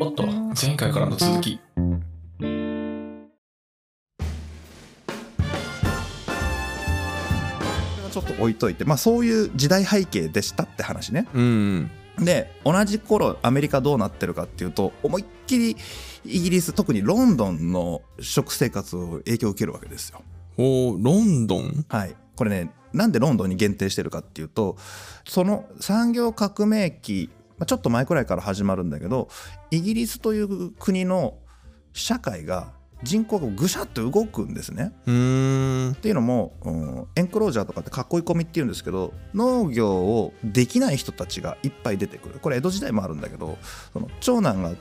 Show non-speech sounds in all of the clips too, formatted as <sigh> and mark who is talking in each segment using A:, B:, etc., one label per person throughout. A: おっと前回からの続き
B: ちょっと置いといて、まあ、そういう時代背景でしたって話ね
C: うん
B: で同じ頃アメリカどうなってるかっていうと思いっきりイギリス特にロンドンの食生活を影響を受けるわけですよ
C: おーロンドン
B: はいこれねなんでロンドンに限定してるかっていうとその産業革命期まあちょっと前くらいから始まるんだけどイギリスという国の社会が人口がぐしゃっと動くんですね。
C: うーん
B: っていうのも、うんエンクロージャーとかって囲い込みっていうんですけど農業をできない人たちがいっぱい出てくるこれ江戸時代もあるんだけどその長男が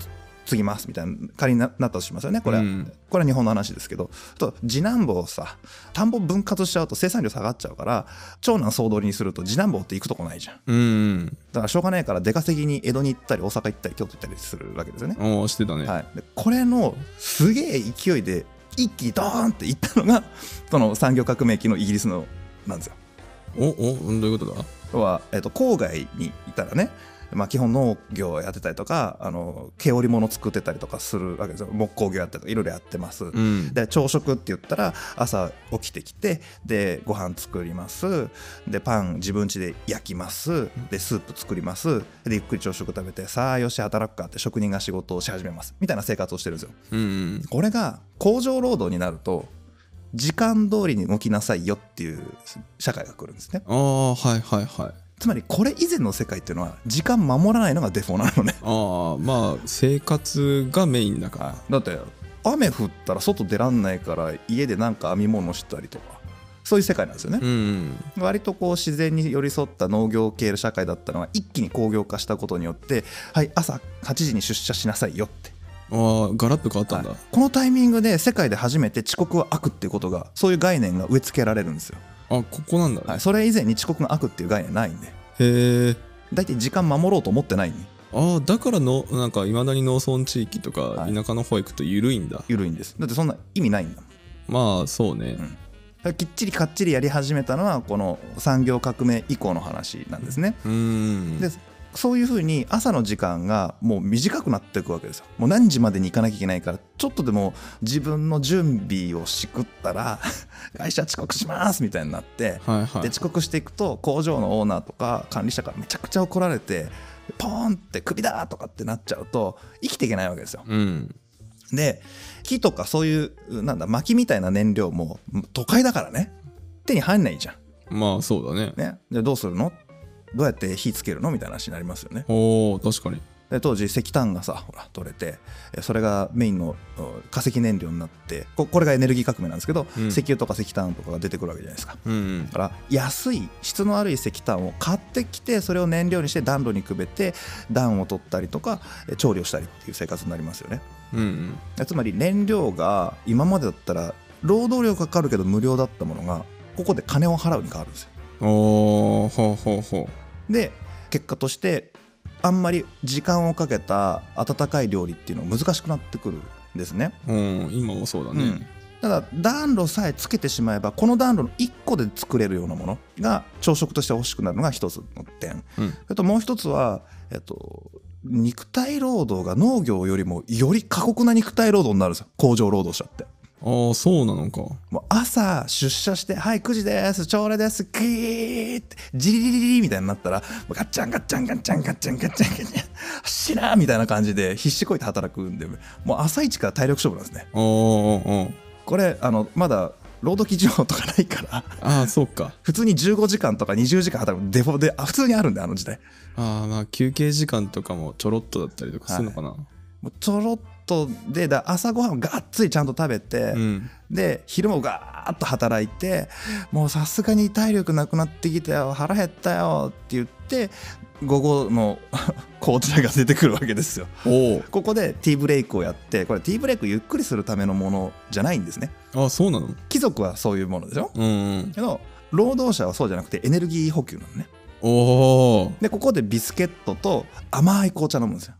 B: 継ぎますみたいな仮にななったとしますよねこれは、
C: うん
B: これは日本の話ですけどあと次男坊をさ田んぼ分割しちゃうと生産量下がっちゃうから長男総取りにすると次男坊って行くとこないじゃん
C: うん
B: だからしょうがないから出稼ぎに江戸に行ったり大阪行ったり京都行ったりするわけですよね、
C: おーしてたね、
B: はい、でこれのすげえ勢いで一気にドーンっていったのが <laughs> その産業革命期のイギリスのなんですよ。
C: おおどういうことだ
B: 要は、えっと郊外にいたらね、まあ、基本農業をやってたりとかあの毛織物作ってたりとかするわけですよ木工業やったりとかいろいろやってます。
C: うん
B: で朝食って言ったら朝起きてきてでご飯作りますでパン自分家で焼きますでスープ作りますでゆっくり朝食食べてさあよし働くかって職人が仕事をし始めますみたいな生活をしてるんですよ。
C: うん
B: これが工場労働になると時間通りに動きなさいよっていう社会が来るんですね
C: ああはいはいはい
B: つまりこれ以前の世界っていうのは時間守らないのがデフォなのね
C: ああまあ生活がメインだから、
B: だって雨降ったら外出らんないから家でなんか編み物したりとかそういう世界なんですよね、
C: うん
B: 割とこう自然に寄り添った農業系の社会だったのが一気に工業化したことによってはい朝8時に出社しなさいよって
C: ああガラッと変わったんだ、
B: はいこのタイミングで世界で初めて遅刻は悪っていうことがそういう概念が植え付けられるんですよ
C: あここなんだ、
B: はい、それ以前に遅刻が悪っていう概念ないんで
C: へえ
B: 大体時間守ろうと思ってないんで
C: ああだからのなんかいまだに農村地域とか
B: はい
C: 田舎の方行くと緩いんだ、
B: 緩いんですだってそんな意味ないんだもんだ
C: まあそうね、
B: んからきっちりかっちりやり始めたのはこの産業革命以降の話なんですね
C: うーん
B: でそういうふうに朝の時間がもう短くなっていくわけですよもう何時までに行かなきゃいけないからちょっとでも自分の準備をしくったら <laughs> 会社遅刻しますみたいになって
C: はいは
B: で
C: い
B: 遅刻していくと工場のオーナーとか管理者からめちゃくちゃ怒られてポーンってクビだとかってなっちゃうと生きていけないわけですよ。
C: うん
B: で木とかそういうなんだ薪みたいな燃料も都会だからね手に入んないじゃん。
C: まあそうだね
B: ね、でどうするのどうやって火つけるのみたいな話になりますよね。
C: おお確かに
B: で当時石炭がさほら取れてえそれがメインのお化石燃料になってここれがエネルギー革命なんですけど、
C: うん
B: 石油とか石炭とかが出てくるわけじゃないですか。
C: うんうん
B: だから安い質の悪い石炭を買ってきてそれを燃料にして暖炉にくべて暖を取ったりとかえ調理をしたりっていう生活になりますよね
C: うんうん
B: つまり燃料が今までだったら労働量かかるけど無料だったものがここで金を払うに変わるんですよ
C: おーほうほうほ
B: で結果としてあんまり時間をかけた温かい料理っていうのは難しくなってくるんですね
C: ううん今もそうだね、
B: うんただ暖炉さえつけてしまえばこの暖炉の1個で作れるようなものが朝食として欲しくなるのが一つの点、
C: うん
B: それともう一つは、えっと、肉体労働が農業よりもより過酷な肉体労働になるんですよ工場労働者って
C: ああそうなのか
B: もう朝出社して「はい9時です朝礼ですキー」ってジリリリリみたいになったらもうガッチャンガッチャンガッチャンガッチャンガッチャンガッチャンしなーみたいな感じで必死こいて働くんでもう朝一から体力勝負なんですね
C: あー
B: これあのまだ労働基準法とかないから
C: あー
B: <laughs>
C: あーあーそうか
B: 普通に15時間とか20時間働くデフォであ普通にあるんであの時代
C: ああまあ休憩時間とかもちょろっとだったりとかするのかな、
B: もうちょろっとでだ朝ごはんをがっつりちゃんと食べて、
C: うん
B: で昼もガーッと働いてもうさすがに体力なくなってきたよ腹減ったよって言って午後の <laughs> 紅茶が出てくるわけですよ
C: お
B: ここでティーブレイクをやってこれティーブレイクゆっくりするためのものじゃないんですね
C: おあそうなの
B: 貴族はそういうものでしょ
C: うんうん
B: けど労働者はそうじゃなくてエネルギー補給なのね
C: おお
B: でここでビスケットと甘い紅茶飲むんですよ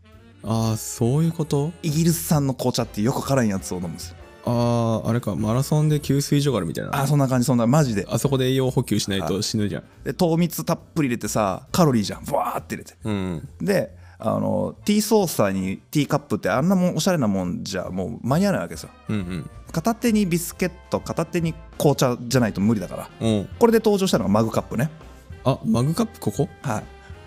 C: ああそういうこと
B: イギリス産の紅茶っていうよく辛いやつを飲むんですよ
C: あああれかマラソンで給水所があるみたいな
B: あーそんな感じそんなマジで
C: あそこで栄養補給しないと死ぬじゃん
B: で糖蜜たっぷり入れてさカロリーじゃんブワーって入れて
C: うん
B: であのティーソーサーにティーカップってあんなもんおしゃれなもんじゃもう間に合わないわけですよ
C: うん
B: 片手にビスケット片手に紅茶じゃないと無理だから
C: うん。おう
B: これで登場したのがマグカップね
C: あ、マグカップここ
B: はい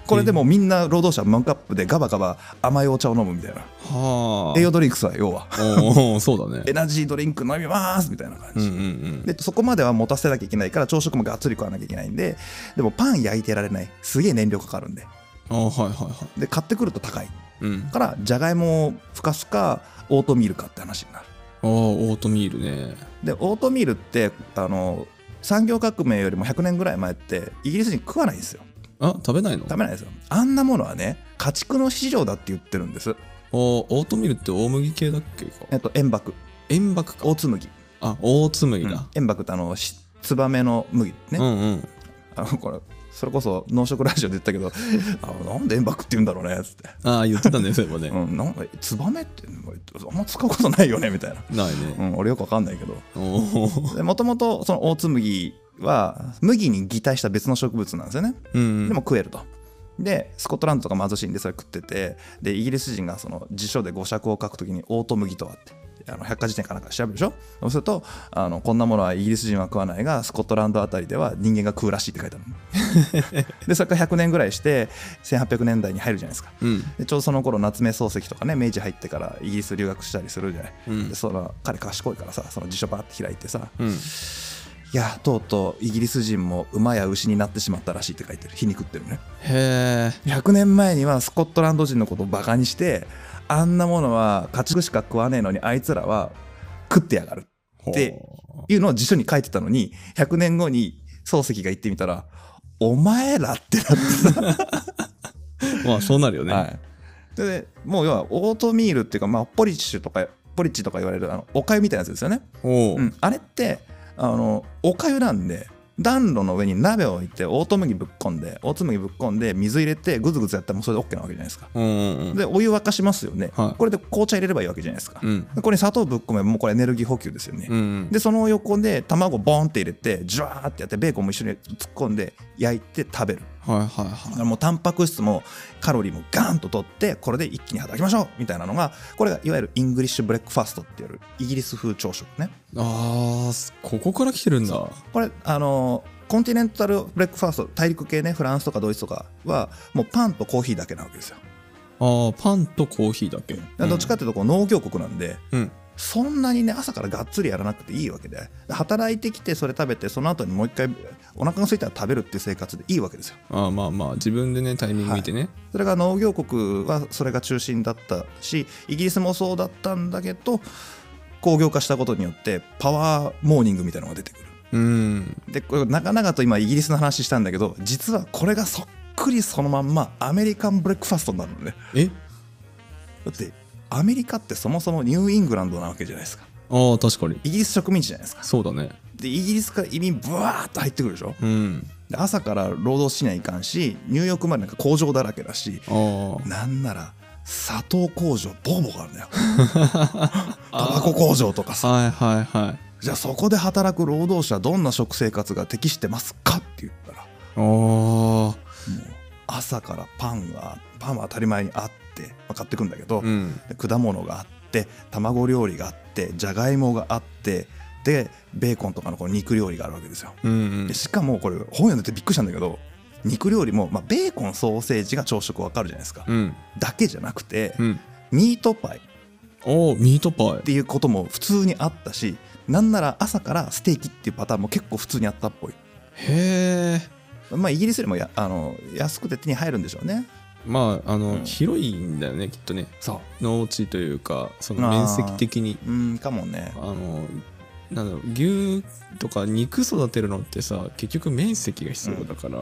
B: これでもうみんな労働者はマグカップでガバガバ甘いお茶を飲むみたいな
C: はあ。
B: 栄養ドリンクスは要は
C: おうおうそうだね
B: エ。ナジードリンク飲みますみたいな感
C: うん
B: じ、
C: うんうん。
B: でそこまでは持たせなきゃいけないから朝食もがっつり食わなきゃいけないんででもパン焼いてられないすげえ燃料かかるんで
C: あはいはいは
B: で買ってくると高い
C: い。うん。
B: からじゃがいもをふかすかオートミールかって話になる
C: ああ、オートミールね。
B: でオートミールってあの産業革命よりも100年ぐらい前ってイギリス人食わないんですよ
C: あ、食べないの
B: 食べないですよあんなものはね家畜の飼料だって言ってるんです
C: おオートミールって大麦系だっけか
B: えっと塩爆
C: 塩爆か。
B: 大津麦、
C: あ、大つ麦
B: うん
C: だ。
B: 塩爆ってあのしツバメの麦ね、
C: うんうん。
B: あのこれそれこそ農食ラジオで言ったけど <laughs> あのなんで塩爆って言うんだろうねっつって、
C: ああ、言ってたね、そう <laughs> いえばね
B: う。ん、なんかツバメってあんま使うことないよねみたいな、
C: ない
B: うん
C: ね。、
B: 俺よくわかんないけど
C: おー
B: もともとその大津麦は麦に擬態した別の植物なんですよね
C: うんうん。
B: でも食えると。でスコットランドとか貧しいんでそれ食っててでイギリス人がその辞書で語釈を書くときにオート麦とはってあの百科事典かなんか調べるでしょそうするとあのこんなものはイギリス人は食わないがスコットランドあたりでは人間が食うらしいって書いてある
C: <laughs>
B: のでそれから100年ぐらいして1800年代に入るじゃないですか
C: うん。
B: でちょうどその頃夏目漱石とかね明治入ってからイギリス留学したりするじゃない、
C: うん
B: でその彼賢いからさその辞書バーって開いてさ
C: うん。
B: いやとうとうイギリス人も馬や牛になってしまったらしいって書いてる皮肉ってるね
C: へえ。
B: 100年前にはスコットランド人のことをバカにしてあんなものは家畜しか食わねえのにあいつらは食ってやがるって
C: ほ
B: いうのを辞書に書いてたのに100年後に漱石が言ってみたら「お前ら」ってなって
C: うまあ、そうなるよ
B: た、
C: ね。
B: はいででもう要はオートミールっていうか、まあ、ポリッシュとかポリッチとか言われるあのおかゆみたいなやつですよね、
C: お
B: うん、あれってあのおかゆなんで暖炉の上に鍋を置いてオート麦ぶっこんでオート麦ぶっこんで水入れてぐずぐずやったらもうそれで OK なわけじゃないですか
C: うんうんうん。
B: でお湯沸かしますよね、
C: はい
B: これで紅茶入れればいいわけじゃないですか、
C: うん。
B: でこれに砂糖ぶっ込めばもうこれエネルギー補給ですよね、
C: うんうん。
B: でその横で卵ボンって入れてジュワーってやってベーコンも一緒に突っ込んで焼いて食べる
C: はいはい
B: だ
C: は
B: か
C: い。
B: らもうタンパク質もカロリーもガーンと取ってこれで一気に働きましょうみたいなのがこれがいわゆるイングリッシュブレックファーストっていうイギリス風朝食ね
C: ああ、ここから来てるんだ。
B: これあのーコンティネンタルブレックファースト大陸系ねフランスとかドイツとかはもうパンとコーヒーだけなわけですよ
C: ああ、パンとコーヒーだけ。
B: だからどっちかっていうとこう農業国なんで、
C: うん。
B: そんなにね朝からがっつりやらなくていいわけで働いてきてそれ食べてその後にもう一回お腹が空いたら食べるっていう生活でいいわけですよ
C: ああ、まあまあ、自分でね、タイミング見てね。
B: それが農業国はそれが中心だったしイギリスもそうだったんだけど工業化したことによってパワーモーニングみたいなのが出てくる
C: うん。
B: でこれ長々と今イギリスの話したんだけど実はこれがそっくりそのまんまアメリカンブレックファストになるのね
C: え
B: だってアメリカってそもそもニューイングランドなわけじゃないですか
C: ああ、確かに。
B: イギリス植民地じゃないですか
C: そうだね。
B: でイギリスから移民ブワーッと入ってくるでしょ
C: うん。
B: で朝から労働しにはいかんしニューヨークまでなんか工場だらけだし
C: あ
B: なんなら砂糖工場ボコボコあるんだよタバコ工場とか
C: あ。
B: さ
C: はいはいはい。
B: じゃあそこで働く労働者どんな食生活が適してますかって言ったら
C: あ
B: もう
C: あ。
B: 朝からパンがパンは当たり前にあって、まあ買ってくんだけど、
C: うん。
B: で果物があって卵料理があってじゃがいもがあってでベーコンとかのこの肉料理があるわけですよ
C: うんうん
B: で。しかもこれ本読んでてびっくりしたんだけど肉料理も、まあ、ベーコンソーセージが朝食わかるじゃないですか、
C: うん。
B: だけじゃなくて、
C: うん。
B: ミートパイっ
C: おお、ミートパイ。
B: ていうことも普通にあったしなんなら朝からステーキっていうパターンも結構普通にあったっぽい
C: へえ。
B: まあイギリスよりもやあの安くて手に入るんでしょうね
C: まあ、あの、
B: うん
C: 広いんだよね、きっとね。
B: そ
C: 農地というか、その
B: あー
C: 面積的に。
B: ううんかもね
C: あの、なんだろう、牛とか肉育てるのってさ、結局面積が必要だから、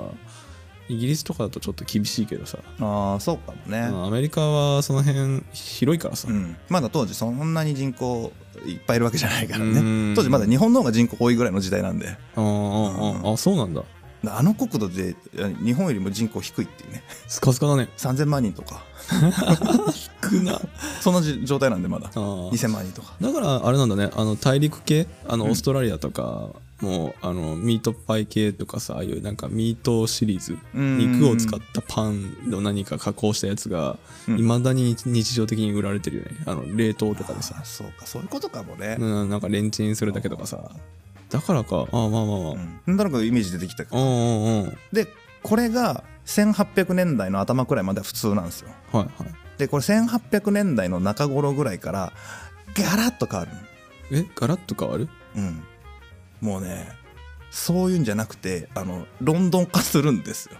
C: イギリスとかだとちょっと厳しいけどさ、
B: ああそうかもね、
C: まあアメリカはその辺広いからさ。
B: うん、まだ当時そんなに人口いっぱいいるわけじゃないから
C: うん
B: ね当時まだ日本の方が人口多いぐらいの時代なんで
C: あーあー、あーあ、そうなんだ。
B: あの国土で日本よりも人口低いっていうね
C: スカスカだね。
B: 3000万人とか
C: 少な。
B: そんなじ状態なんでまだ
C: あー
B: <laughs> 2000万人とか
C: だからあれなんだねあの大陸系あの
B: う
C: オ
B: ん
C: ーストラリアとか、もうあのミートパイ系とかさああいうなんかミートシリーズ
B: うん
C: 肉を使ったパンの何か加工したやつが
B: うん
C: いまだに日常的に売られてるよねあの冷凍とかで
B: あ
C: さ
B: ー、そうかそういうことかもね
C: うん、なんかレンチンするだけとかさだからかああまあまあまあ、
B: うんなんとなくイメージ出てきたけ
C: う
B: ど
C: んうんうんはい
B: でこれが1800年代の頭くらいまでは普通なんですよ
C: はい
B: でこれ1800年代の中頃ぐらいからガラッと変わる
C: えガラッと変わる
B: うんもうねそういうんじゃなくてあのロンドン化するんですよ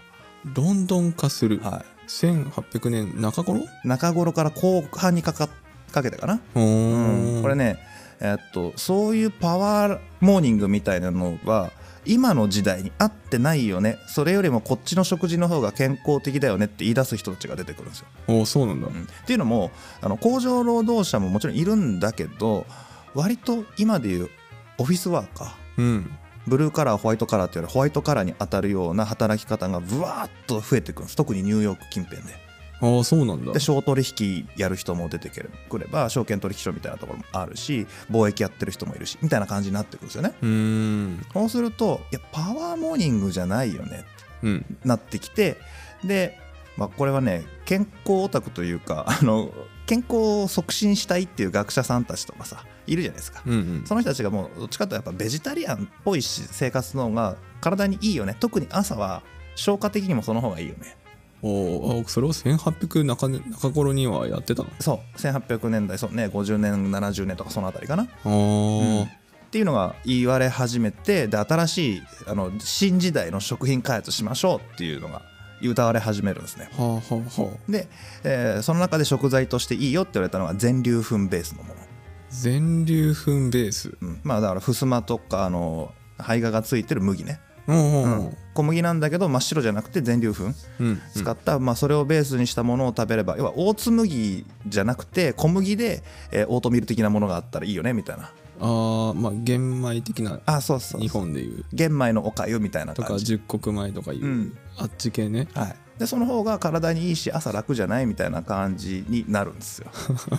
C: ロンドン化する
B: は
C: 1800年中頃
B: い中頃から後半にかかかけてかな
C: う
B: うん
C: ん
B: これねえっとそういうパワーモーニングみたいなのは今の時代に合ってないよねそれよりもこっちの食事の方が健康的だよねって言い出す人たちが出てくるんですよ
C: おーそうなんだ、
B: うんっていうのもあの工場労働者ももちろんいるんだけど割と今でいうオフィスワーカー
C: うん、
B: ブルーカラーホワイトカラーって言われるホワイトカラーに当たるような働き方がブワーッと増えてくるんです特にニューヨーク近辺で
C: ああそうなんだ
B: で商取引やる人も出てくれば証券取引所みたいなところもあるし貿易やってる人もいるしみたいな感じになってくるんですよね
C: うーん
B: そうするといやパワーモーニングじゃないよね
C: うん
B: なってきてで、まあ、これはね健康オタクというか <laughs> あの健康を促進したいっていう学者さんたちとかさいるじゃないですか、
C: うんうん
B: その人たちがもうどっちかというとやっぱベジタリアンっぽいし生活の方が体にいいよね特に朝は消化的にもその方がいいよね
C: おーあそれを1800中ね中頃にはやってたの
B: そう1800年代そうね50年70年とかその辺りかなっ
C: あ
B: うん
C: ー
B: ていうのが言われ始めてで新しいあの新時代の食品開発しましょうっていうのが歌われ始めるんですね
C: はあはあはあ
B: で、えーその中で食材としていいよって言われたのが全粒粉ベースのもの、
C: 全粒粉ベース
B: うん、まあだからふすまとかあの胚芽がついてる麦ね、
C: うんう
B: うん
C: うん
B: ん、小麦なんだけど真っ白じゃなくて全粒粉
C: うん
B: 使った、まあ、それをベースにしたものを食べれば要はオーツ麦じゃなくて小麦で、えーオートミール的なものがあったらいいよねみたいな
C: ああまあ玄米的な
B: あそうそう
C: 日本でいう
B: 玄米のおかゆみたいな
C: とか
B: 感じ
C: 十穀米とかいう、
B: うん
C: あっち系ね
B: はいでその方が体にいいし朝楽じゃないみたいな感じになるんですよ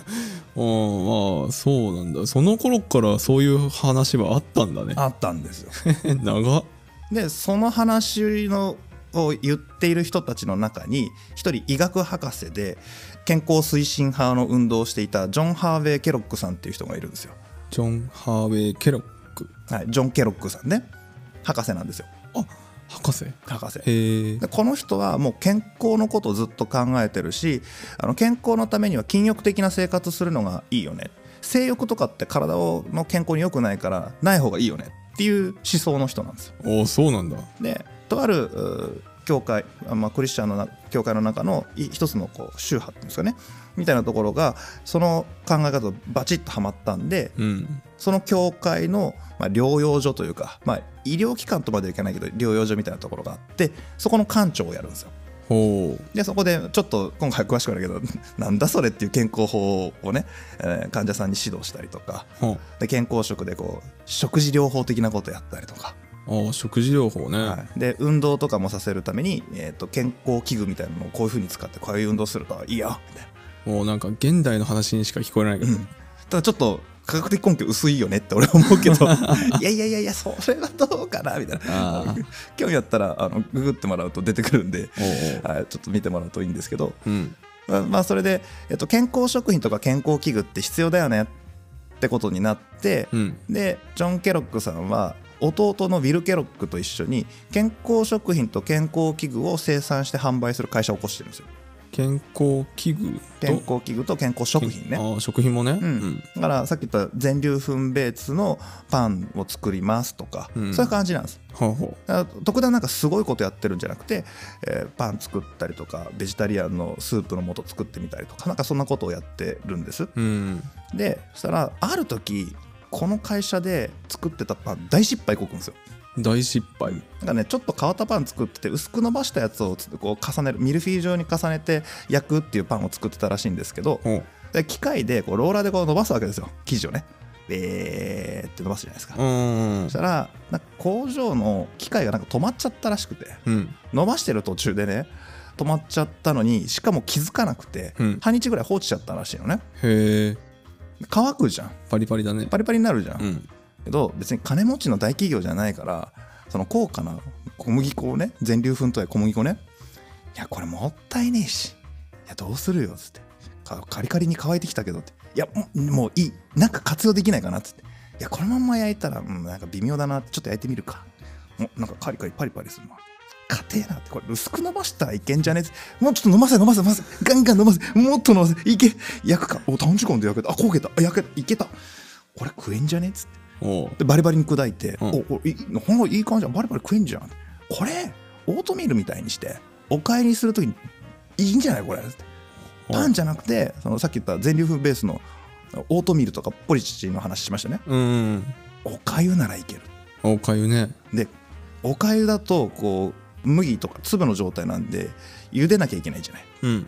C: ああまあそうなんだその頃からそういう話はあったんだね
B: あったんですよ
C: <laughs> 長っ
B: でその話のを言っている人たちの中に一人医学博士で健康推進派の運動をしていたジョン・ハーウェイ・ケロックさんっていう人がいるんですよ、
C: ジョン・ハーウェイ・ケロック
B: はい、ジョン・ケロックさんね博士なんですよ
C: あ博士へ
B: 博士
C: え
B: でこの人はもう健康のことをずっと考えてるしあの健康のためには禁欲的な生活するのがいいよね性欲とかって体をの健康に良くないからない方がいいよねっていう思想の人なんですよ
C: おおそうなんだ
B: でとあるうー教会、あまあ、クリスチャンのな教会の中のい一つのこう宗派っていうんですかねみたいなところがその考え方とバチッとはまったんで
C: うん
B: その教会の、まあ、療養所というか、まあ、医療機関とまではいけないけど療養所みたいなところがあってそこの館長をやるんですよ。
C: ほう
B: でそこでちょっと今回詳しくないけど <laughs> なんだそれっていう健康法をね、えー患者さんに指導したりとか
C: ほう
B: で健康食でこう食事療法的なことやったりとか
C: ああ食事療法ね、
B: はい、で運動とかもさせるために、えー、と健康器具みたいなのをこういうふうに使ってこういう運動するといいよみたいな
C: もうなんか現代の話にしか聞こえないけど、
B: ただちょっと科学的根拠薄いよねって俺は思うけ
C: <laughs>
B: どいやいやいやいやそれはどうかなみたい
C: あ
B: な興味あったらあのググってもらうと出てくるんで、
C: おう
B: はい、ちょっと見てもらうといいんですけど、
C: おううん
B: まあまあ、それで、えっと、健康食品とか健康器具って必要だよねってことになって、
C: うん
B: でジョン・ケロックさんは弟のウィル・ケロックと一緒に健康食品と健康器具を生産して販売する会社を起こしてるんですよ
C: 健康器具と
B: 健康器具と健康食品ね
C: ああ食品もね、
B: うんだからさっき言った全粒粉ベースのパンを作りますとか、
C: うん
B: そういう感じなんです
C: はあは
B: だから特段なんかすごいことやってるんじゃなくて、えーパン作ったりとかベジタリアンのスープの素作ってみたりとかなんかそんなことをやってるんです
C: あうん
B: でそしたらある時この会社で作ってたパン大失敗こくんですよ
C: 大失敗
B: なんかねちょっと変わったパン作ってて薄く伸ばしたやつをつこう重ねるミルフィーユ状に重ねて焼くっていうパンを作ってたらしいんですけど
C: ほう
B: で機械でこうローラーでこう伸ばすわけですよ生地をねえーって伸ばすじゃないですか、
C: うん
B: そしたらなんか工場の機械がなんか止まっちゃったらしくて
C: うん
B: 伸ばしてる途中でね止まっちゃったのにしかも気づかなくて、
C: うん
B: 半日ぐらい放置しちゃったらしいのね
C: へえ
B: 乾くじゃん
C: パリパリだね
B: パリパリになるじゃん、
C: うん
B: けど別に金持ちの大企業じゃないからその高価な小麦粉をね全粒粉とや小麦粉ねいやこれもったいねえしいやどうするよっつってかカリカリに乾いてきたけどっていやもうもういいなんか活用できないかなっつっていやこのまんま焼いたら、うん、なんか微妙だなちょっと焼いてみるかもうなんかカリカリパリパリするな硬えなってこれ薄く伸ばしたらいけんじゃねえっつもうちょっと飲ませ飲ませ飲ませガンガン飲ませもっと飲ませいけ焼くかお短時間で焼けたあ焦げたあ焼けたいけたこれ食えんじゃねえっつって
C: おう
B: でバリバリに砕いて、
C: うん
B: おおいいほんといい感じじゃんバリバリ食えんじゃんこれオートミールみたいにしてお帰りするときにいいんじゃないこれって
C: うん
B: パンじゃなくてそのさっき言った全粒粉ベースのオートミールとかポリチチの話しましたね
C: うん
B: おかゆならいける
C: おかゆね
B: でおかゆだとこう麦とか粒の状態なんで茹でなきゃいけないじゃない
C: うん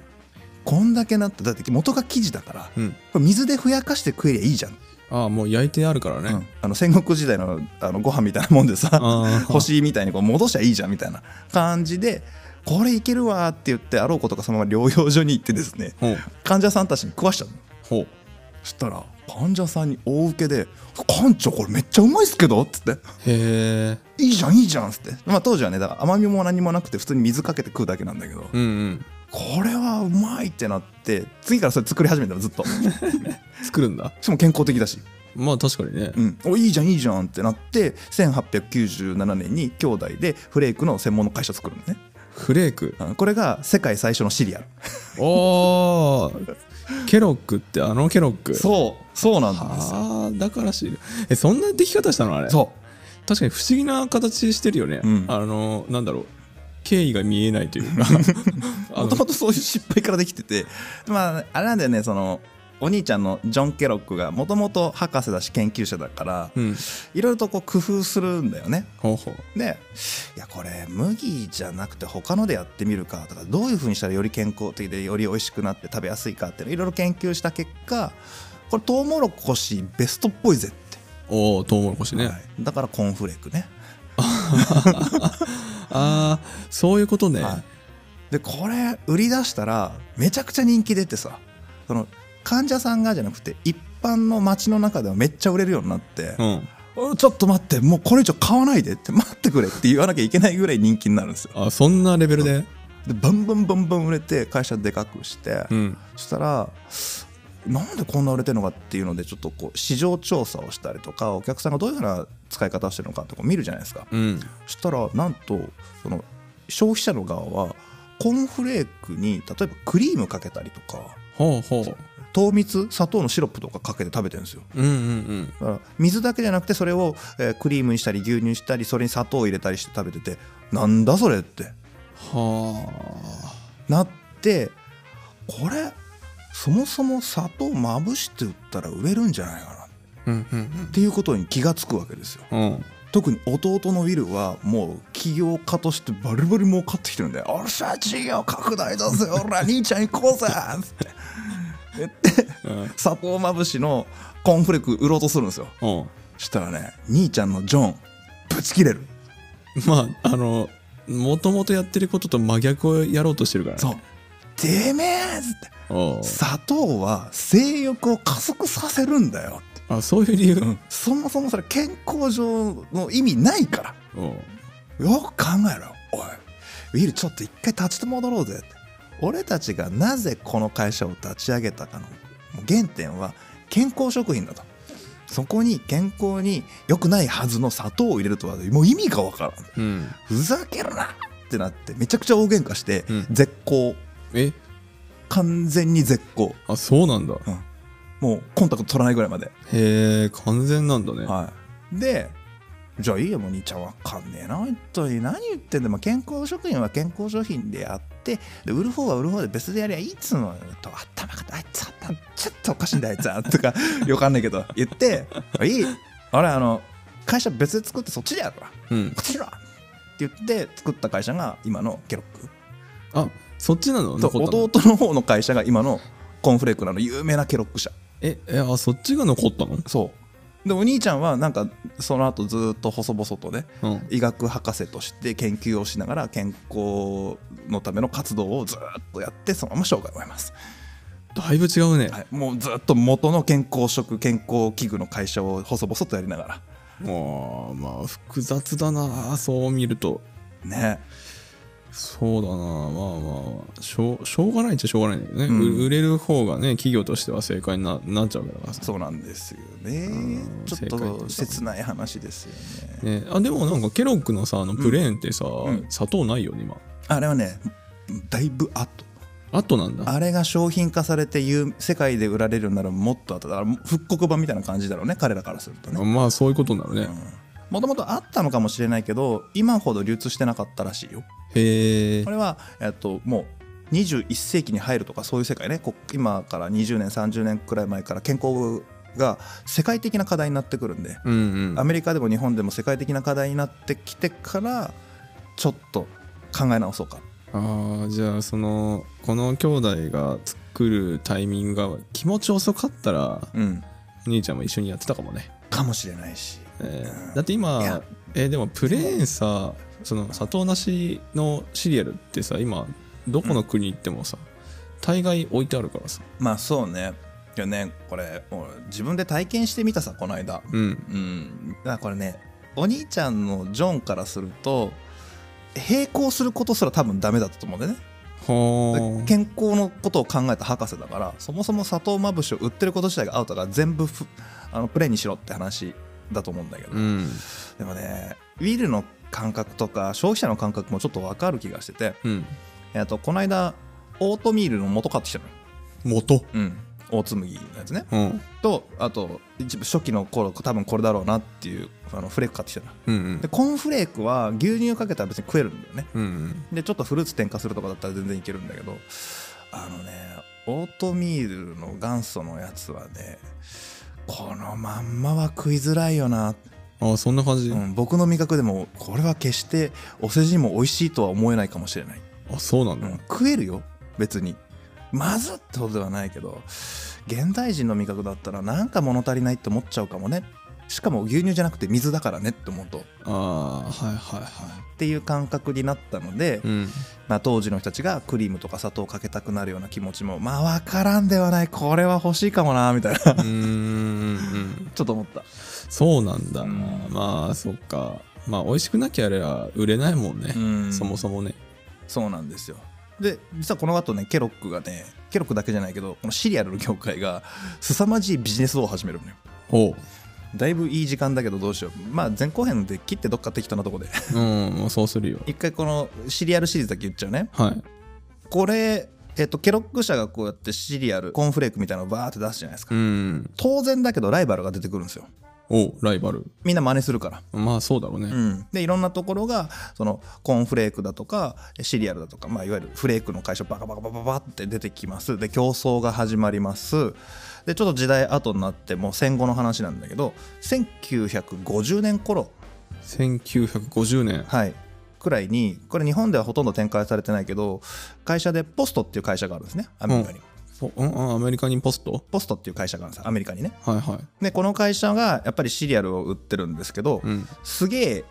B: こんだけなってだって元が生地だから
C: うん
B: これ水でふやかして食えりゃいいじゃん、
C: ああもう焼いてあるからね、
B: うんあの戦国時代のあのご飯みたいなもんでさ
C: ああ
B: <laughs> 星みたいにこう戻しゃいいじゃんみたいな感じでこれいけるわって言ってあろうことかそのまま療養所に行ってですね
C: ほう
B: 患者さんたちに食わしちゃうの
C: ほう
B: そしたら患者さんに大受けで「館長これめっちゃうまいっすけど」っつって
C: へえ
B: 「いいじゃんいいじゃん」っつって、まあ、当時はねだから甘みも何もなくて普通に水かけて食うだけなんだけど、
C: うんうん
B: これはうまいってなって次からそれ作り始めたのずっとし
C: 作るんだ
B: かも健康的だし
C: まあ確かにね
B: うん、おいいじゃんいいじゃんってなって1897年に兄弟でフレークの専門の会社作るのね
C: フレーク
B: うんこれが世界最初のシリアル
C: おーケロックってあのケロック
B: そうそうなんですよ
C: ああだから知るえそんなでき方したのあれ
B: そ
C: 確かに不思議な形してるよね、
B: うん
C: あのなんだろう経緯が見えないというか
B: <laughs> う
C: <laughs> あ
B: も
C: の
B: ともとそういう失敗からできててまああれなんだよねそのお兄ちゃんのジョン・ケロックがもともと博士だし研究者だから
C: うん
B: いろいろとこう工夫するんだよね
C: ほうほう
B: でいやこれ麦じゃなくて他のでやってみるかとかどういうふうにしたらより健康的でより美味しくなって食べやすいかっていうのいろいろ研究した結果これトウモロコシベストっぽいぜって、
C: おおトウモロコシね、
B: はいだからコーンフレークね
C: ああそういうことね、
B: はい、でこれ売り出したらめちゃくちゃ人気出てさその患者さんがじゃなくて一般の街の中ではめっちゃ売れるようになって
C: う、ん
B: うんちょっと待ってもうこれ以上買わないでって待ってくれって言わなきゃいけないぐらい人気になるんですよ
C: あそんなレベルで
B: でバンバンバンバン売れて会社でかくして、
C: うん
B: そしたらなんでこんな売れてるのかっていうのでちょっとこう市場調査をしたりとかお客さんがどういうふうな使い方をしてるのかとか見るじゃないですか
C: うん
B: そしたらなんとその消費者の側はコーンフレークに例えばクリームかけたりとか
C: ほうほう
B: 糖蜜砂糖のシロップとかかけて食べてるんですよ
C: うんうん
B: だから水だけじゃなくてそれをえークリームにしたり牛乳にしたりそれに砂糖を入れたりして食べててなんだそれって
C: うんは
B: なってこれそもそも砂糖まぶして売ったら売れるんじゃないかなっ
C: あうんうん
B: ていうことに気がつくわけですよ
C: うんうん
B: 特に弟のウィルはもう起業家としてバリバリ儲かってきてるんで「俺は事業拡大だぜ
C: <laughs>
B: 俺ら兄ちゃん行こうぜ!」っつって言って
C: うん
B: 砂糖まぶしのコーンフレーク売ろうとするんですよ
C: うん
B: したらね兄ちゃんのジョンぶち切れる
C: <laughs> まああのもともとやってることと真逆をやろうとしてるからね
B: そう「てめえ!」っつって
C: おう
B: 砂糖は性欲を加速させるんだよ
C: あそういう理由、
B: そもそもそれ健康上の意味ないか
C: おう
B: ら。よく考えろ。おい、ウィルちょっと一回立ち戻ろうぜって。俺たちがなぜこの会社を立ち上げたかの原点は健康食品だと。そこに健康に良くないはずの砂糖を入れるとはもう意味がわからん。
C: うん
B: ふざけるなってなってめちゃくちゃ大喧嘩して、
C: うん
B: 絶好。
C: え
B: 完全に絶好。
C: あそうなんだ
B: もうコンタクト取らないぐらいまで。
C: へえ完全なんだね
B: はい、でじゃあいいよもう兄ちゃんわかんねえな本当に何言ってんだよ、まあ、健康食品は健康商品でやってで売る方は売る方で別でやりゃいいっつうのと頭があいつ頭ちょっとおかしいんだよあいつはとか <laughs> よくわかんないけど言っていい俺あの会社別で作ってそっちでやるわこ
C: うん
B: っちだって言って作った会社が今のケロック
C: あそっちなの
B: と
C: 残ったの
B: 弟の方の会社が今のコーンフレークなの有名なケロック社
C: ええあそっちが残ったの
B: そでお兄ちゃんはなんかその後ずっと細々とね
C: うん
B: 医学博士として研究をしながら健康のための活動をずっとやってそのまま生涯を終えます、
C: だいぶ違うね、
B: はい、もうずっと元の健康食健康器具の会社を細々とやりなが
C: もうまあ複雑だなそう見ると
B: らね
C: そうだなまあまあしょうしょうがないっちゃしょうがないんだけどね、
B: うん
C: う売れる方がね企業としては正解にななっちゃうからさ
B: そうなんですよね
C: うん
B: ちょっ
C: 正解っていう
B: と
C: か
B: 切ない話ですよね
C: ね、あでもなんかケロッグのさあのプレーンってさ、
B: ん
C: 砂糖ないよね今
B: あれはねだいぶ後
C: あとなんだ
B: あれが商品化されて有世界で売られるようにならもっと後だから復刻版みたいな感じだろうね彼らからするとね
C: まあそういうことになるね、
B: もともとあったのかもしれないけど今ほど流通してなかったらしいよ
C: へえ
B: これは、えっと、もう21世紀に入るとかそういう世界ねこ今から20年30年くらい前から健康が世界的な課題になってくるんで、
C: うんうん
B: アメリカでも日本でも世界的な課題になってきてからちょっと考え直そうか
C: ああじゃあそのこの兄弟が作るタイミングが気持ち遅かったら
B: うん
C: お兄ちゃんも一緒にやってたかもね、
B: かもしれないし
C: えーだって
B: いや
C: 今えーでもプレーンさその砂糖なしのシリアルってさ今どこの国行ってもさ、大概置いてあるからさ
B: まあそうねいやねこれもう自分で体験してみたさこの間
C: うん
B: うん、だからこれねお兄ちゃんのジョンからすると並行することすら多分ダメだったと思うんだよね
C: は
B: で
C: あ
B: 健康のことを考えた博士だからそもそも砂糖まぶしを売ってること自体がアウトだから全部ふあのプレイにしろって話だと思うんだけど、
C: うん
B: でもねウィルの感覚とか消費者の感覚もちょっと分かる気がしてて、
C: うん
B: えっとこの間オートミールの元買ってきたのよ、
C: 元
B: うん、大紬のやつね
C: うん
B: とあと一部初期の頃多分これだろうなっていうあのフレーク買ってきたの
C: うんうん
B: でコーンフレークは牛乳かけたら別に食えるんだよね
C: うんうん
B: でちょっとフルーツ添加するとかだったら全然いけるんだけどあのねオートミールの元祖のやつはねこのまんまは食いづらいよな、
C: ああそんな感じ、
B: うん、僕の味覚でもこれは決してお世辞にも美味しいとは思えないかもしれない、
C: あそうなん
B: う
C: だ、
B: ん、食えるよ別にまずってことではないけど現代人の味覚だったらなんか物足りないって思っちゃうかもねしかも牛乳じゃなくて水だからねって思うとっ
C: ああはいはいは
B: ていう感覚になったので、
C: い <laughs> うん
B: まあ、当時の人たちがクリームとか砂糖をかけたくなるような気持ちもまあ分からんではないこれは欲しいかもなみたいな <laughs> ちょ
C: うーんうん
B: っと思った
C: そうなんだ、
B: うん
C: まあそっかまあ美味しくなきゃあれは売れないもんね、そも
B: も
C: そもね
B: そうなんですよで実はこの後ねケロックがねケロックだけじゃないけどこのシリアルの業界が凄まじいビジネスを始めるのよ
C: ほ
B: だいぶいい時間だけどどうしようまあ前後編で切ってどっか適当なとこで <laughs>
C: ううんもうそうするよ
B: 一回このシリアルシリーズだけ言っちゃうね
C: はい
B: これえっとケロック社がこうやってシリアルコーンフレークみたいなのをバーって出すじゃないですか
C: うん
B: 当然だけどライバルが出てくるんですよ
C: おうライバル
B: みんな真似するから
C: まあそうだろうね、
B: うん、でいろんなところがそのコーンフレークだとかシリアルだとか、まあ、いわゆるフレークの会社バカバカバカバカって出てきますで競争が始まりますでちょっと時代後になってもう戦後の話なんだけど1950年頃、
C: 1950年
B: はい、くらいにこれ日本ではほとんど展開されてないけど会社でポストっていう会社があるんですねアメリカに、
C: おうんあアメリカにポスト
B: ポストっていう会社があるんですアメリカにね
C: はいはい
B: でこの会社がやっぱりシリアルを売ってるんですけど、
C: うん
B: すげえ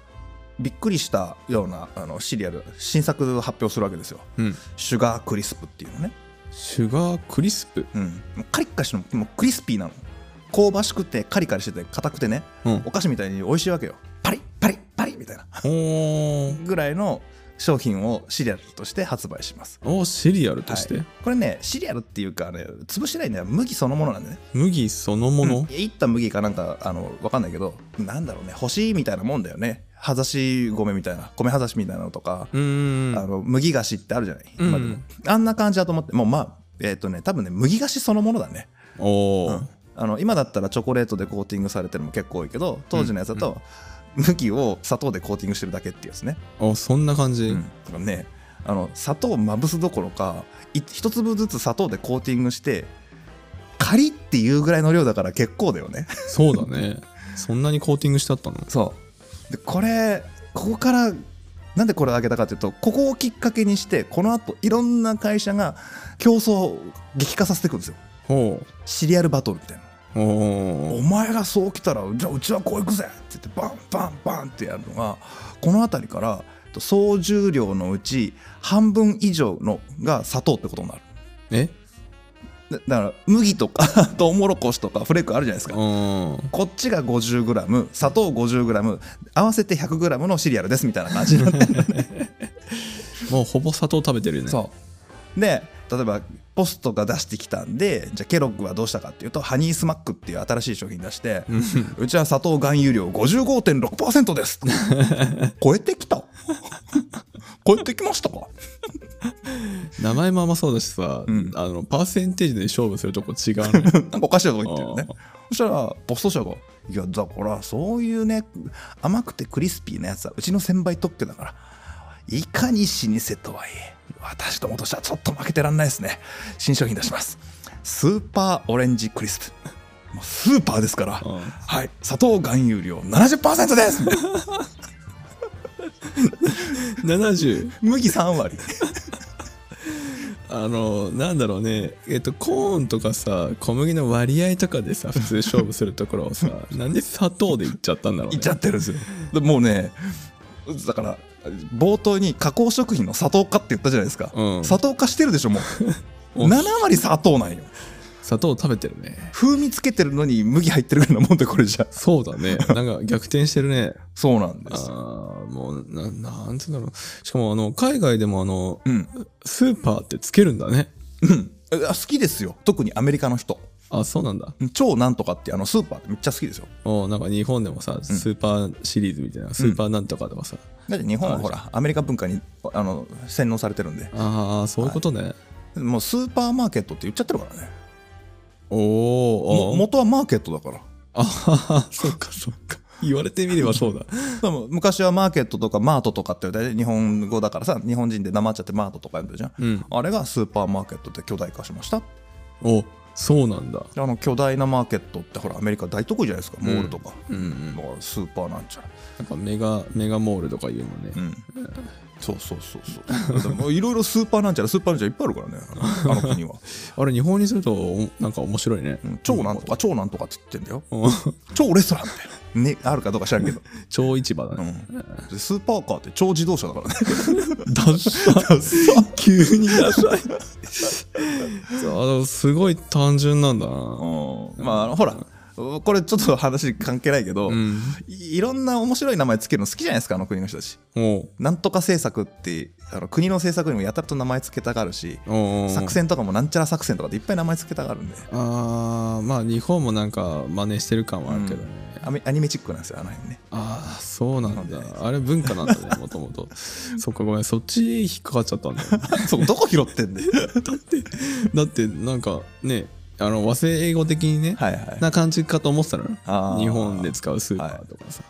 B: びっくりしたようなあのシリアル新作を発表するわけですよ
C: うん
B: シュガークリスプっていうのね、
C: シュガークリスプ
B: うん、もうカリッカリしてるのもうクリスピーなの香ばしくてカリカリしてて硬くてね
C: うん
B: お菓子みたいに美味しいわけよパリッパリッパリッみたいな
C: おー
B: ぐらいの商品をシリアルとして発売します
C: おシリアルとして、
B: はいこれねシリアルっていうかね潰してないんだよ麦そのものなんでね
C: 麦そのもの、
B: うんいった麦かなんかあのわかんないけどなんだろうね星みたいなもんだよね葉ざし米みたいな米葉ざしみたいなのとか
C: うーん
B: あの麦菓子ってあるじゃない、
C: うん
B: 今でもあんな感じだと思ってもうまあえっ、とね多分ね麦菓子そのものだね、
C: お
B: う
C: ー
B: んあの今だったらチョコレートでコーティングされてるのも結構多いけど当時のやつだと麦を砂糖でコーティングしてるだけっていうやつね、
C: あそんな感じ、
B: うんだからねあの砂糖をまぶすどころかい一粒ずつ砂糖でコーティングしてカリっていうぐらいの量だから結構だよね
C: そうだねそんなにコーティングしてあったの
B: そうでこれここからなんでこれを上げたかというとここをきっかけにしてこのあといろんな会社が競争を激化させていくんですよ
C: ほう
B: シリアルバトルみたいな
C: お
B: お
C: お
B: 前がそう来たらじゃあうちはこう行くぜって言ってバンバンバンってやるのがこの辺りから総重量のうち半分以上のが砂糖ってことになる
C: え
B: だだから麦とか <laughs> トウモロコシとかフレークあるじゃないですか
C: うん
B: こっちが 50g 砂糖 50g 合わせて 100g のシリアルですみたいな感じなんで
C: もうほぼ砂糖食べてるよね
B: そうで例えばポストが出してきたんでじゃあケロッグはどうしたかっていうとハニースマックっていう新しい商品出して
C: うん
B: うちは砂糖含有量55.6%です
C: <laughs>
B: 超えてきた超えてきましたか
C: 名前も甘そうだしさ、
B: うん
C: あのパーセンテージで勝負するとこ違うね
B: <laughs> なんかおかしいこと言ってるよねそしたらポスト社が「いやだからそういうね甘くてクリスピーなやつはうちの1000倍特許だからいかに老舗とはいえ私どもとしてはちょっと負けてらんないですね新商品出しますスーパーオレンジクリスプもうスーパーですから
C: うん
B: はい砂糖含有量70%です
C: <laughs> 70
B: 麦3割
C: あのなんだろうねえっとコーンとかさ小麦の割合とかでさ普通勝負するところをさ
B: <laughs>
C: なんで砂糖でいっちゃったんだろう
B: い
C: ね
B: っちゃってるんですよでもうねだから冒頭に加工食品の砂糖化って言ったじゃないですか、
C: うん
B: 砂糖化してるでしょも
C: <laughs>
B: う7割砂糖なんよ
C: 砂糖食べてるね
B: 風味つけてるのに麦入ってるぐらいなもんでこれじゃ
C: そうだねなんか逆転してるね
B: そうなんです
C: ああもうななんつうんだろうしかもあの海外でもあの
B: うん、
C: スーパーってつけるんだね
B: うん、あ好きですよ特にアメリカの人
C: あそうなんだ
B: 超なんとかってあのスーパーってめっちゃ好きですよ
C: おなんか日本でもさスーパーシリーズみたいな、スーパーなんとかとかさ、
B: だって日本は
C: ある
B: ほ
C: じゃん
B: らアメリカ文化にあの洗脳されてるんで
C: ああそういうことね、
B: もうスーパーマーケットって言っちゃってるからね
C: お
B: も
C: お
B: 元はマーケットだから
C: ああそっかそっか言われてみればそうだ
B: でも昔はマーケットとかマートとかって大体日本語だからさ日本人で黙っちゃってマートとか呼んでるじゃん、
C: うん
B: あれがスーパーマーケットで巨大化しましたで
C: おそうなんだ
B: あの巨大なマーケットってほらアメリカ大得意じゃないですかモールとか、
C: うんうん
B: もうスーパーなんちゃら
C: なんかメガメガモールとかいうのね、
B: うんそうそうそうそうでもいろいろスーパーなんちゃらスーパーなんちゃらいっぱいあるからねあのあの国
C: <laughs>
B: は、
C: あれ日本にするとおなんか面白いね、
B: うん超なんとか超なんとかって言ってんだよ
C: うん
B: 超レストランって、ね、あるかどうか知らんけど、
C: <laughs> 超市場だね、
B: うんでスーパーカーって超自動車だからね
C: ダッサ <laughs> 急にダサいそうあのすごい単純なんだな
B: うんまああのほらこれちょっと話関係ないけど、
C: うん
B: いいろんな面白い名前つけるの好きじゃないですかあの国の人たち
C: おう
B: なんとか政策ってあの国の政策にもやたらと名前つけたがるし
C: おうおう
B: 作戦とかもなんちゃら作戦とかっていっぱい名前つけたがるんで
C: あーまあ日本もなんか真似してる感はあるけどね、
B: アメアニメチックなんですよあの辺ね <laughs>
C: ああそうなんだ
B: なんで
C: あれ文化なん <laughs> だねもともとそっかごめんそっち引っかかっちゃったんだよね、
B: そうどこ拾って
C: <laughs>
B: んだよ
C: だってなんかねあの和製英語的にね、
B: はいはい
C: な感じかと思ってたのよ
B: あー
C: 日本で使うスーパーとかさ、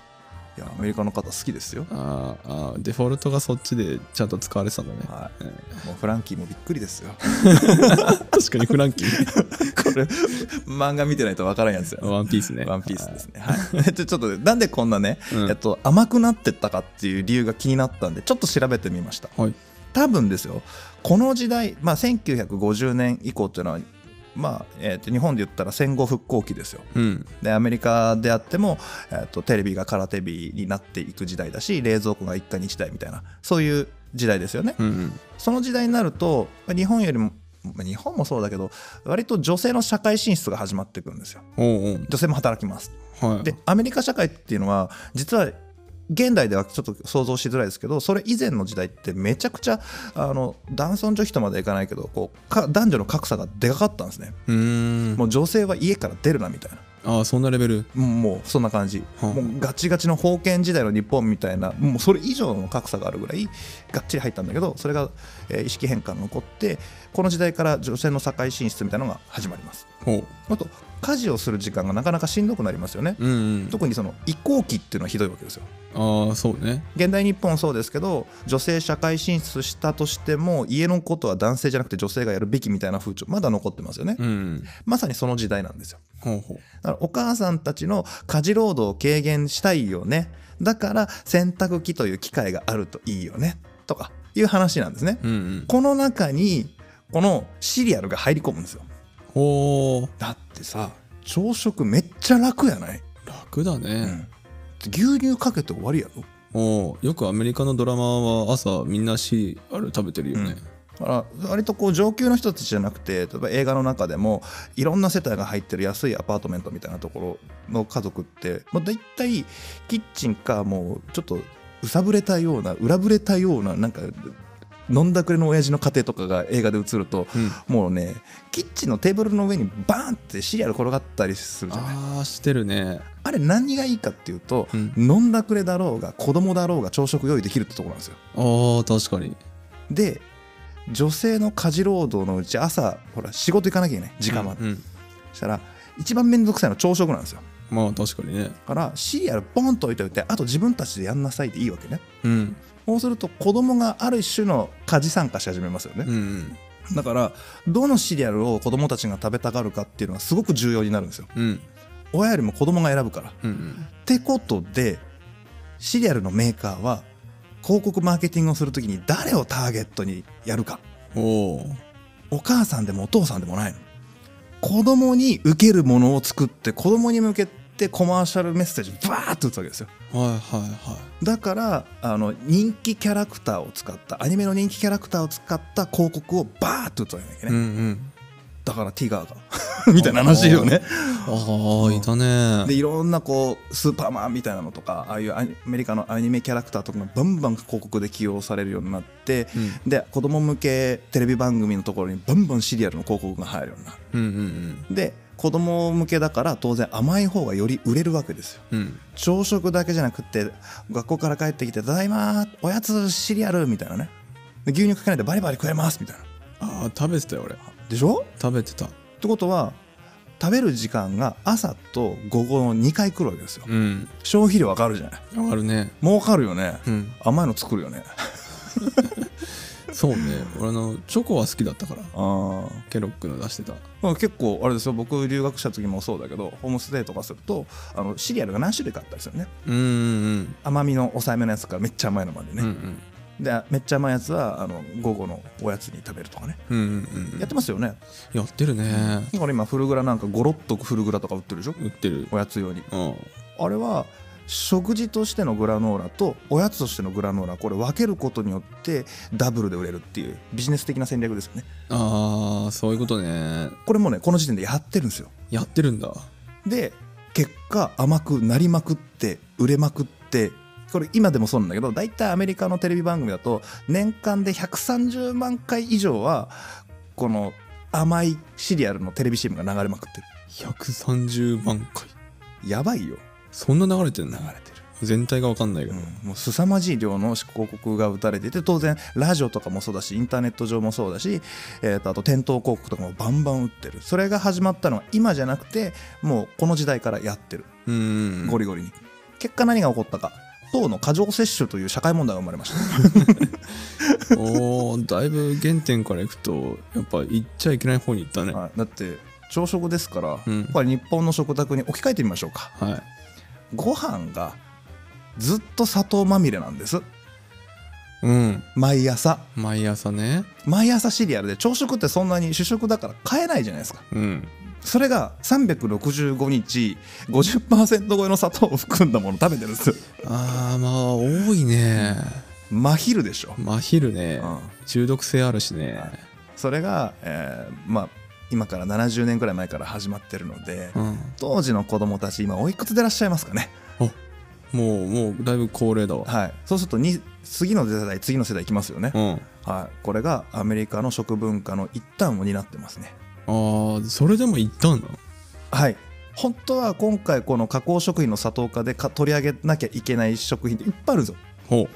B: いやアメリカの方好きですよ、
C: あーあーデフォルトがそっちでちゃんと使われてたんだね
B: はい、もうフランキーもびっくりですよ <laughs>
C: 確かにフランキー
B: これ漫画見てないとわからんやつよ
C: ワンピースね
B: ワンピースですね。 <laughs> はい。ちょちょっとねなんでこんなね、
C: うん
B: えっと、甘くなってったかっていう理由が気になったんで、ちょっと調べてみました。
C: はい
B: 多分ですよ、この時代、まあ、1950年以降っていうのは、まあえっと日本で言ったら戦後復興期ですよ。
C: うん
B: でアメリカであっても、えっとテレビが空手ビになっていく時代だし冷蔵庫が一家に一台みたいなそういう時代ですよね。
C: うんうん
B: その時代になるとまあ日本よりもまあ日本もそうだけど割と女性の社会進出が始まっていくんですよ。
C: おう
B: 女性も働きます。
C: おうはい
B: でアメリカ社会っていうのは実は現代ではちょっと想像しづらいですけどそれ以前の時代ってめちゃくちゃあの男尊女卑とまではいかないけどこうか男女の格差がでかかったんですね
C: うーん
B: もう女性は家から出るなみたいな
C: ああそんなレベル
B: もうもうそんな感じ
C: はあ
B: もうガチガチの封建時代の日本みたいなもうそれ以上の格差があるぐらいがっちり入ったんだけどそれが、えー意識変化が起こってこの時代から女性の社会進出みたいなのが始まります
C: ほう
B: あと家事をする時間がなかなかしんどくなりますよね
C: うんうん
B: 特にその移行期っていうのはひどいわけですよ
C: ああそうね
B: 現代日本そうですけど女性社会進出したとしても家のことは男性じゃなくて女性がやるべきみたいな風潮まだ残ってますよね、
C: うん
B: まさにその時代なんですよ
C: ほうほう
B: だからお母さんたちの家事労働を軽減したいよねだから洗濯機という機械があるといいよねとかいう話なんですね、
C: うんうん
B: この中にこのシリアルが入り込むんですよ
C: ほう
B: だってさ朝食めっちゃ楽やない、
C: 楽だ
B: う
C: ね、
B: ん、牛乳かけて終わりやろ
C: もうよくアメリカのドラマは朝みんなしあれ食べてるよね、
B: だから割とこう上級の人たちじゃなくて例えば映画の中でもいろんな世帯が入ってる安いアパートメントみたいなところの家族って、まあ、大体キッチンかもうちょっとうさぶれたような裏ぶれたようななんか飲んだくれの親父の家庭とかが映画で映ると
C: うん
B: もうねキッチンのテーブルの上にバーンってシリアル転がったりするじゃないあ
C: ああしてるね
B: れ何がいいかっていうと、
C: うん
B: 飲んだくれだろうが子供だろうが朝食用意できるってところなんですよ。
C: あー確かに
B: で女性の家事労働のうち朝ほら仕事行かなきゃいけない時間まで、
C: うんうん
B: そしたら一番面倒くさいのは朝食なんですよ
C: まあ確かにね
B: だからシリアルポンと置いといてあと自分たちでやんなさいでいいわけね
C: うん
B: そうすると子供がある種の家事参加し始めますよね
C: う、んうん
B: だからどのシリアルを子供たちが食べたがるかっていうのがすごく重要になるんですよ
C: うん
B: 親よりも子供が選ぶからっ
C: うんうん
B: てことでシリアルのメーカーは広告マーケティングをするときに誰をターゲットにやるか
C: おお
B: お母さんでもお父さんでもないの子供に受けるものを作って子供に向けてコマーシャルメッセージをバーッと打つわけですよ
C: はいはいは
B: だからあの人気キャラクターを使ったアニメの人気キャラクターを使った広告をバーッと打つわけだけ
C: い、
B: ね、
C: うんうん
B: だからティガーが <laughs> みたいな話よね
C: ああいたね
B: でいろんなこうスーパーマンみたいなのとかああいうアニアメリカのアニメキャラクターとかがバンバン広告で起用されるようになって
C: うん
B: で子供向けテレビ番組のところにバンバンシリアルの広告が入るようになる
C: うんうん
B: で子供向けだから当然甘い方がより売れるわけですよ
C: うんうん
B: 朝食だけじゃなくって学校から帰ってきて「ただいまーおやつシリアル」みたいなねで牛乳かけないでバリバリ食えますみたいな
C: ああ食べてたよ俺
B: でしょ
C: 食べてた
B: ってことは食べる時間が朝と午後の2回来るわけですよ
C: うん
B: 消費量上がるじゃない
C: 上がるね
B: 儲かるよね
C: うん
B: 甘いの作るよね
C: <laughs> そうね俺あのチョコは好きだったから
B: あー
C: ケロックの出してた
B: まあ結構あれですよ僕留学した時もそうだけどホームステイとかするとあのシリアルが何種類かあったりするね
C: うんうん
B: 甘みの抑えめのやつからめっちゃ甘いのまでね、
C: うんうん
B: でめっちゃ甘いやつはあの午後のおやつに食べるとかね、
C: うんうんうん
B: やってますよね
C: やってるね
B: だから今フルグラなんかゴロッとフルグラとか売ってるでしょ
C: 売ってる
B: おやつ用に
C: うん
B: あれは食事としてのグラノーラとおやつとしてのグラノーラこれ分けることによってダブルで売れるっていうビジネス的な戦略ですよね
C: ああそういうことね
B: これもねこの時点でやってるんですよ
C: やってるんだ
B: で結果甘くなりまくって売れまくってこれ今でもそうなんだけど大体アメリカのテレビ番組だと年間で130万回以上はこの甘いシリアルのテレビ CM が流れまくって
C: 130万回
B: るやばいよ
C: そんな流れてんの
B: 流れてる、
C: 全体が分かんないけど、
B: うん、もう凄まじい量の広告が打たれてて当然ラジオとかもそうだしインターネット上もそうだし、えーとあと店頭広告とかもバンバン打ってるそれが始まったのは今じゃなくてもうこの時代からやってる
C: うんうん
B: ゴリゴリに。結果何が起こったか。糖の過剰摂取という社会問題が生まれました。
C: おーだいぶ原点からいくとやっぱ行っちゃいけない方に行ったねは
B: はいだって朝食ですから、
C: うん
B: これ日本の食卓に置き換えてみましょうか。
C: い
B: ご飯がずっと砂糖まみれなんです。
C: うん
B: 毎朝。
C: 毎朝ね
B: 毎朝シリアルで朝食ってそんなに主食だから買えないじゃないですか。
C: うん
B: それが365日50%超えの砂糖を含んだもの食べてるんですよ。
C: あーまあ多いね
B: 真昼でしょ。
C: 真昼ね、
B: うん
C: 中毒性あるしね、
B: それが、えーまあ今から70年くらい前から始まってるので。
C: うん
B: 当時の子供たち今おいくつでいらっしゃいますかね
C: もうもうだいぶ高齢だわ、
B: はいそうするとに次の世代次の世代いきますよね、
C: うん
B: はいこれがアメリカの食文化の一端を担ってますね
C: ああそれでも行ったんだ
B: はい本当は今回この加工食品の砂糖化でか取り上げなきゃいけない食品っていっぱいあるんですよ
C: ほ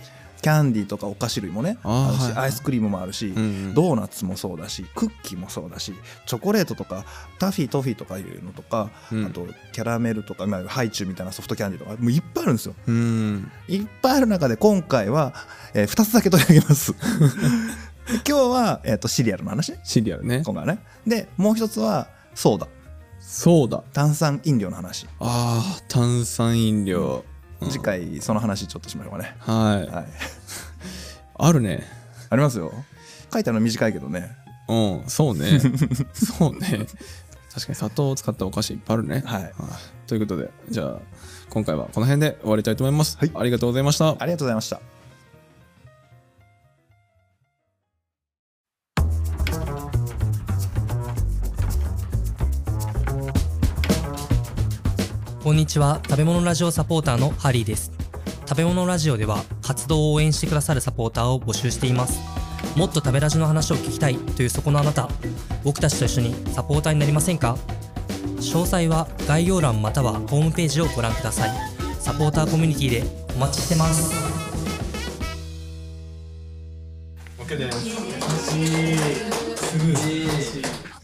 B: キャンディーとかお菓子類もね
C: あー
B: あるし、
C: はいはい
B: アイスクリームもあるし、
C: う、うん
B: ドーナツもそうだしクッキーもそうだしチョコレートとかタフィートフィーとかいうのとか、
C: うん
B: あとキャラメルとか、まあ、ハイチュウみたいなソフトキャンディーとかもういっぱいあるんですよ
C: うん
B: いっぱいある中で今回は、え2つだけ取り上げます。 <laughs> 今日は、えー、とシリアルの話ね
C: シリアルね
B: 今回はね。でもう一つはソーダ
C: そうだ
B: 炭酸飲料の話、
C: あー炭酸飲料、うん
B: 次回その話ちょっとしましょうかね。
C: はい
B: はい、
C: あるね
B: あり <laughs> ますよ。書いてあるの短いけどね。
C: うんそうねそうね確かに砂糖を使ったお菓子いっぱいあるね。
B: はい
C: ということで、じゃあ、今回はこの辺で終わりたいと思います。
B: はい
C: ありがとうございました。
B: ありがとうございました
D: こんにちは食べ物ラジオサポーターのハリーです食べ物ラジオでは活動を応援してくださるサポーターを募集していますもっと食べラジの話を聞きたいというそこのあなた僕たちと一緒にサポーターになりませんか詳細は概要欄またはホームページをご覧くださいサポーターコミュニティでお待ちしてます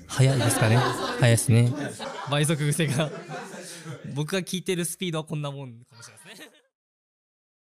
D: 早いですかね早いですね倍速癖が僕が聞いてるスピードはこんなもんかもしれないですね